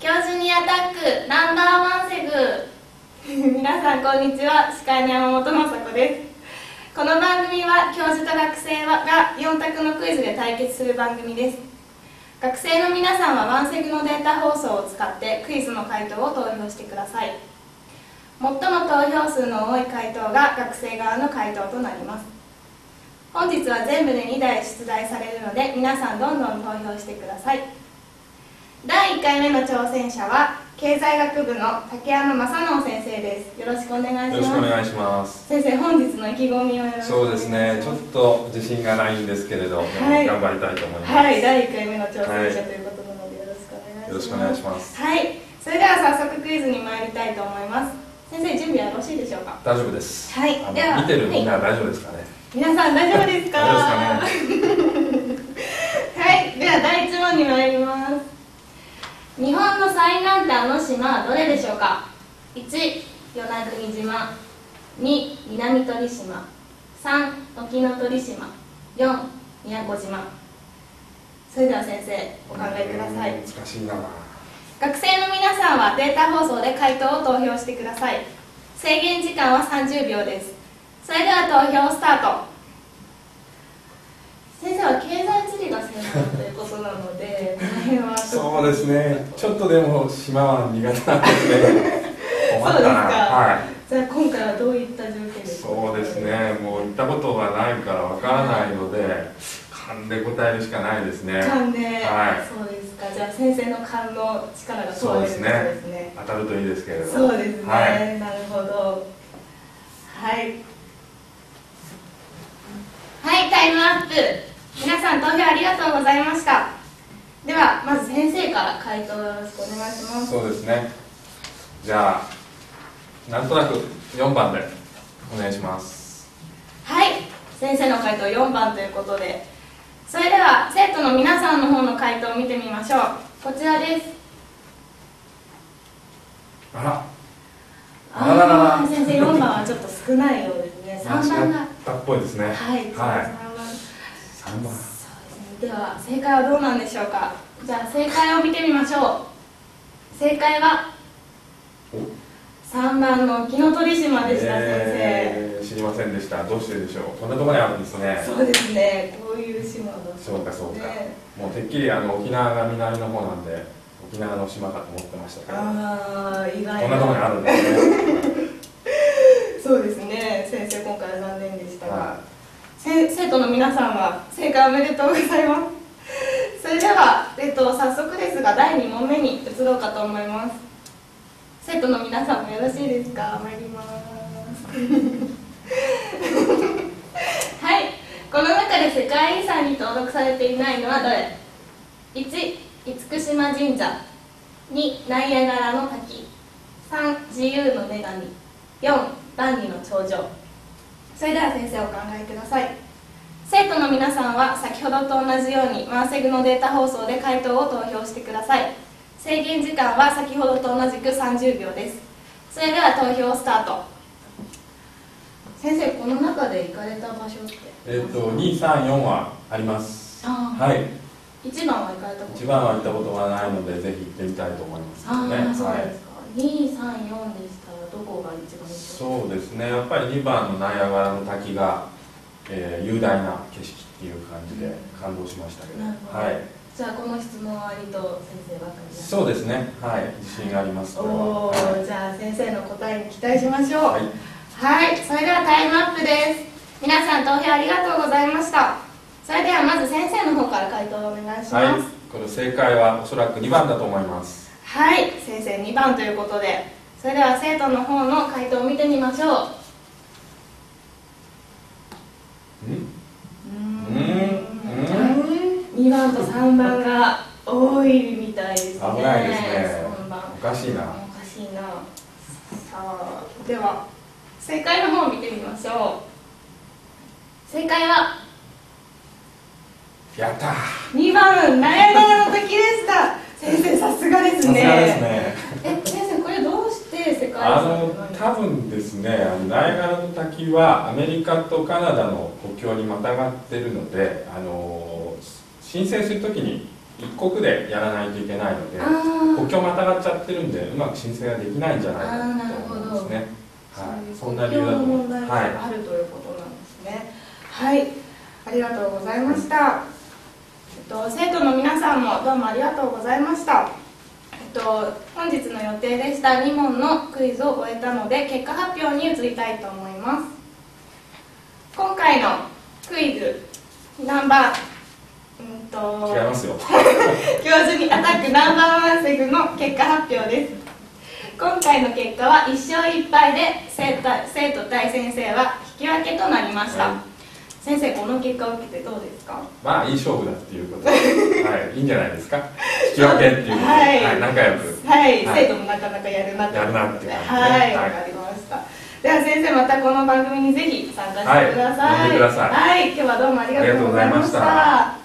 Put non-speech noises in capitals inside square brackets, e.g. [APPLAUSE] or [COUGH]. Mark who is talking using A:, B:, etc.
A: 教授にアタックナンバーワンセグ [LAUGHS] 皆さんこんにちは司会の山本雅子ですこの番組は教授と学生はが4択のクイズで対決する番組です学生の皆さんはワンセグのデータ放送を使ってクイズの回答を投票してください最も投票数の多い回答が学生側の回答となります本日は全部で2題出題されるので皆さんどんどん投票してください第1回目の挑戦者は経済学部の竹山正直先生ですよろしくお願いし
B: よろしくお
A: ま
B: 願いします
A: す先生本日の意気込みをよろしくお
B: そう
A: 願いしま
B: で
A: す
B: すねちょっと自信がないんですけれど、
A: はい
B: 頑張りたいと思います、
A: はい、第1回目の挑戦
B: はい
A: 者ということなのでよろしくお願いします。
B: よろしくお願いします
A: はい、それでは早速クイズに参りたいと思います。先生、準備はよろしいでしょうか。
B: 大丈夫です
A: はい
B: あの
A: では
B: 見てるみんな大丈夫ですかね、
A: 皆さん大丈夫ですか。
B: 大丈夫ですかね
A: はい、では第1問に参ります。日本の最南端の島はどれでしょうか。1、与那国島。2、南鳥島。3、沖ノ鳥島。4、宮古島。それでは先生、お考えください。
B: うーん難しいな
A: 学生の皆さんはデータ放送で回答を投票してください制限時間は30秒ですそれでは投票スタート先生は経済地理が専門ということなのでこの辺はちょっと
B: そうですねちょっとでも島は苦手なんで
A: [LAUGHS]
B: すね困っ
A: そう
B: たな
A: ですか
B: はい
A: じゃあ今回はどういった条件ですか
B: そうですねもう行ったことがないからわからないので勘で答えるしかないですね
A: 勘で、
B: はい
A: そうですかじゃあ先生の勘の力が
B: そう
A: 問え
B: で
A: る
B: す
A: と
B: ね
A: いうことですね
B: 当たるといいですけれど
A: そうですね、
B: はい
A: なるほどはいはいタイムアップ皆さん投票ありがとうございましたではまず先生から回答よろしくお願いします
B: そうですねじゃあなんとなく4番でお願いします
A: はい先生の回答4番ということでそれでは生徒の皆さんの方の回答を見てみましょうこちらです
B: あら
A: あ
B: あららら
A: ー先生4番はちょっと少ないようですね3番
B: [LAUGHS]
A: が
B: 間違ったっぽいですね
A: はい、
B: は
A: 3番
B: い、3番
A: では正解はどうなんでしょうかじゃあ正解を見てみましょう正解は3番の沖ノ鳥島でした、
B: えー知りませんでしたどうしてでしょうこんなところにあるんですね
A: 先生そうですねこういう島だ
B: そうかそうか、
A: ね
B: もうてっきりあの沖縄が南の方なんで沖縄の島かと思ってましたけどこん
A: ああ意外
B: なところにあるんですね
A: [LAUGHS] そうですね先生今回は残念でしたが、
B: は
A: せ生徒の皆さんは正解おめでとうございます [LAUGHS] それでは、えっと、早速ですが第2問目に移ろうかと思います生徒の皆さんもよろしいですか参りますはいこの中で世界遺産に登録されていないのはどれ1厳島神社2ナイアガラの滝3自由の女神4万里の長城それでは先生お考えください生徒の皆さんは先ほどと同じようにワンセグのデータ放送で回答を投票してください制限時間は先ほどと同じく30秒ですそれでは投票スタート先生この中で行かれた場所って
B: えっ、と234はあります
A: あー
B: はい
A: 1番は行かれたこと
B: 一番は行ったことがないのでぜひ行ってみたいと思いますけど
A: あ
B: ね
A: あ、そう
B: は
A: で
B: い
A: すか、二三4でしたらどこが一番いいですか
B: そうですねやっぱり2番のナイアガラの滝が、えー雄大な景色っていう感じで感動しましたけど、
A: なるほど
B: はい
A: じゃあこの質問は割と先生ばかりだ
B: そうですねはい自信がありますこれは
A: お
B: は
A: おじゃあ先生の答えに期待しましょう
B: い、はい
A: はい、それではタイムアップです皆さん投票ありがとうございましたそれではまず先生の方から回答をお願いしますは
B: はい
A: い、
B: これ正解はおそらく2番だと思います
A: 先生2番ということでそれでは生徒の方の回答を見てみましょうんう
B: うんうん
A: 2番と3番が多いみたいですね
B: 危ないですね
A: 3番
B: おかしいな
A: おかしいなさあでは正解の方を見てみましょう正解は
B: やったー
A: 2番ナヤガラの時でした先生さすがです
B: さすが
A: ね
B: ですね
A: え先生これどうして世界遺
B: あ
A: 産
B: の
A: になる
B: 多分ですねあのナイアガラの滝はアメリカとカナダの国境にまたがってるのであの申請するときに一国でやらないといけないので
A: あー
B: 国境またがっちゃってるんでうまく申請ができないんじゃないか
A: あーなる
B: と
A: ほど
B: 思いますね
A: そうい
B: は
A: う
B: い、そんな理由だと
A: 国
B: 思
A: 境
B: い
A: の問
B: ます
A: 題
B: はい
A: があるということなんですね。はい、ありがとうございました。えっと、生徒の皆さんもどうもありがとうございました。えっと、本日の予定でした2問のクイズを終えたので結果発表に移りたいと思います今回のクイズナンバーうんと
B: 違いますよ
A: 教授にアタックナンバーワンセグの結果発表です今回の結果は1勝1敗で生徒生徒対先生は引き分けとなりました、
B: は
A: 先生この結果を受けてどうですか
B: まあいい勝負だっていうことで、はい、いいんじゃないですか引き分けっていうことで、
A: はい
B: はい、仲良く
A: はい、
B: はい
A: 生徒もなかなかやるなって
B: やるなって感じね
A: はい、わ
B: はい
A: かりましたでは先生またこの番組にぜひ参加してください
B: はい呼んでください
A: はい、今日はどうもありがとうございまし
B: ありがとうございま
A: た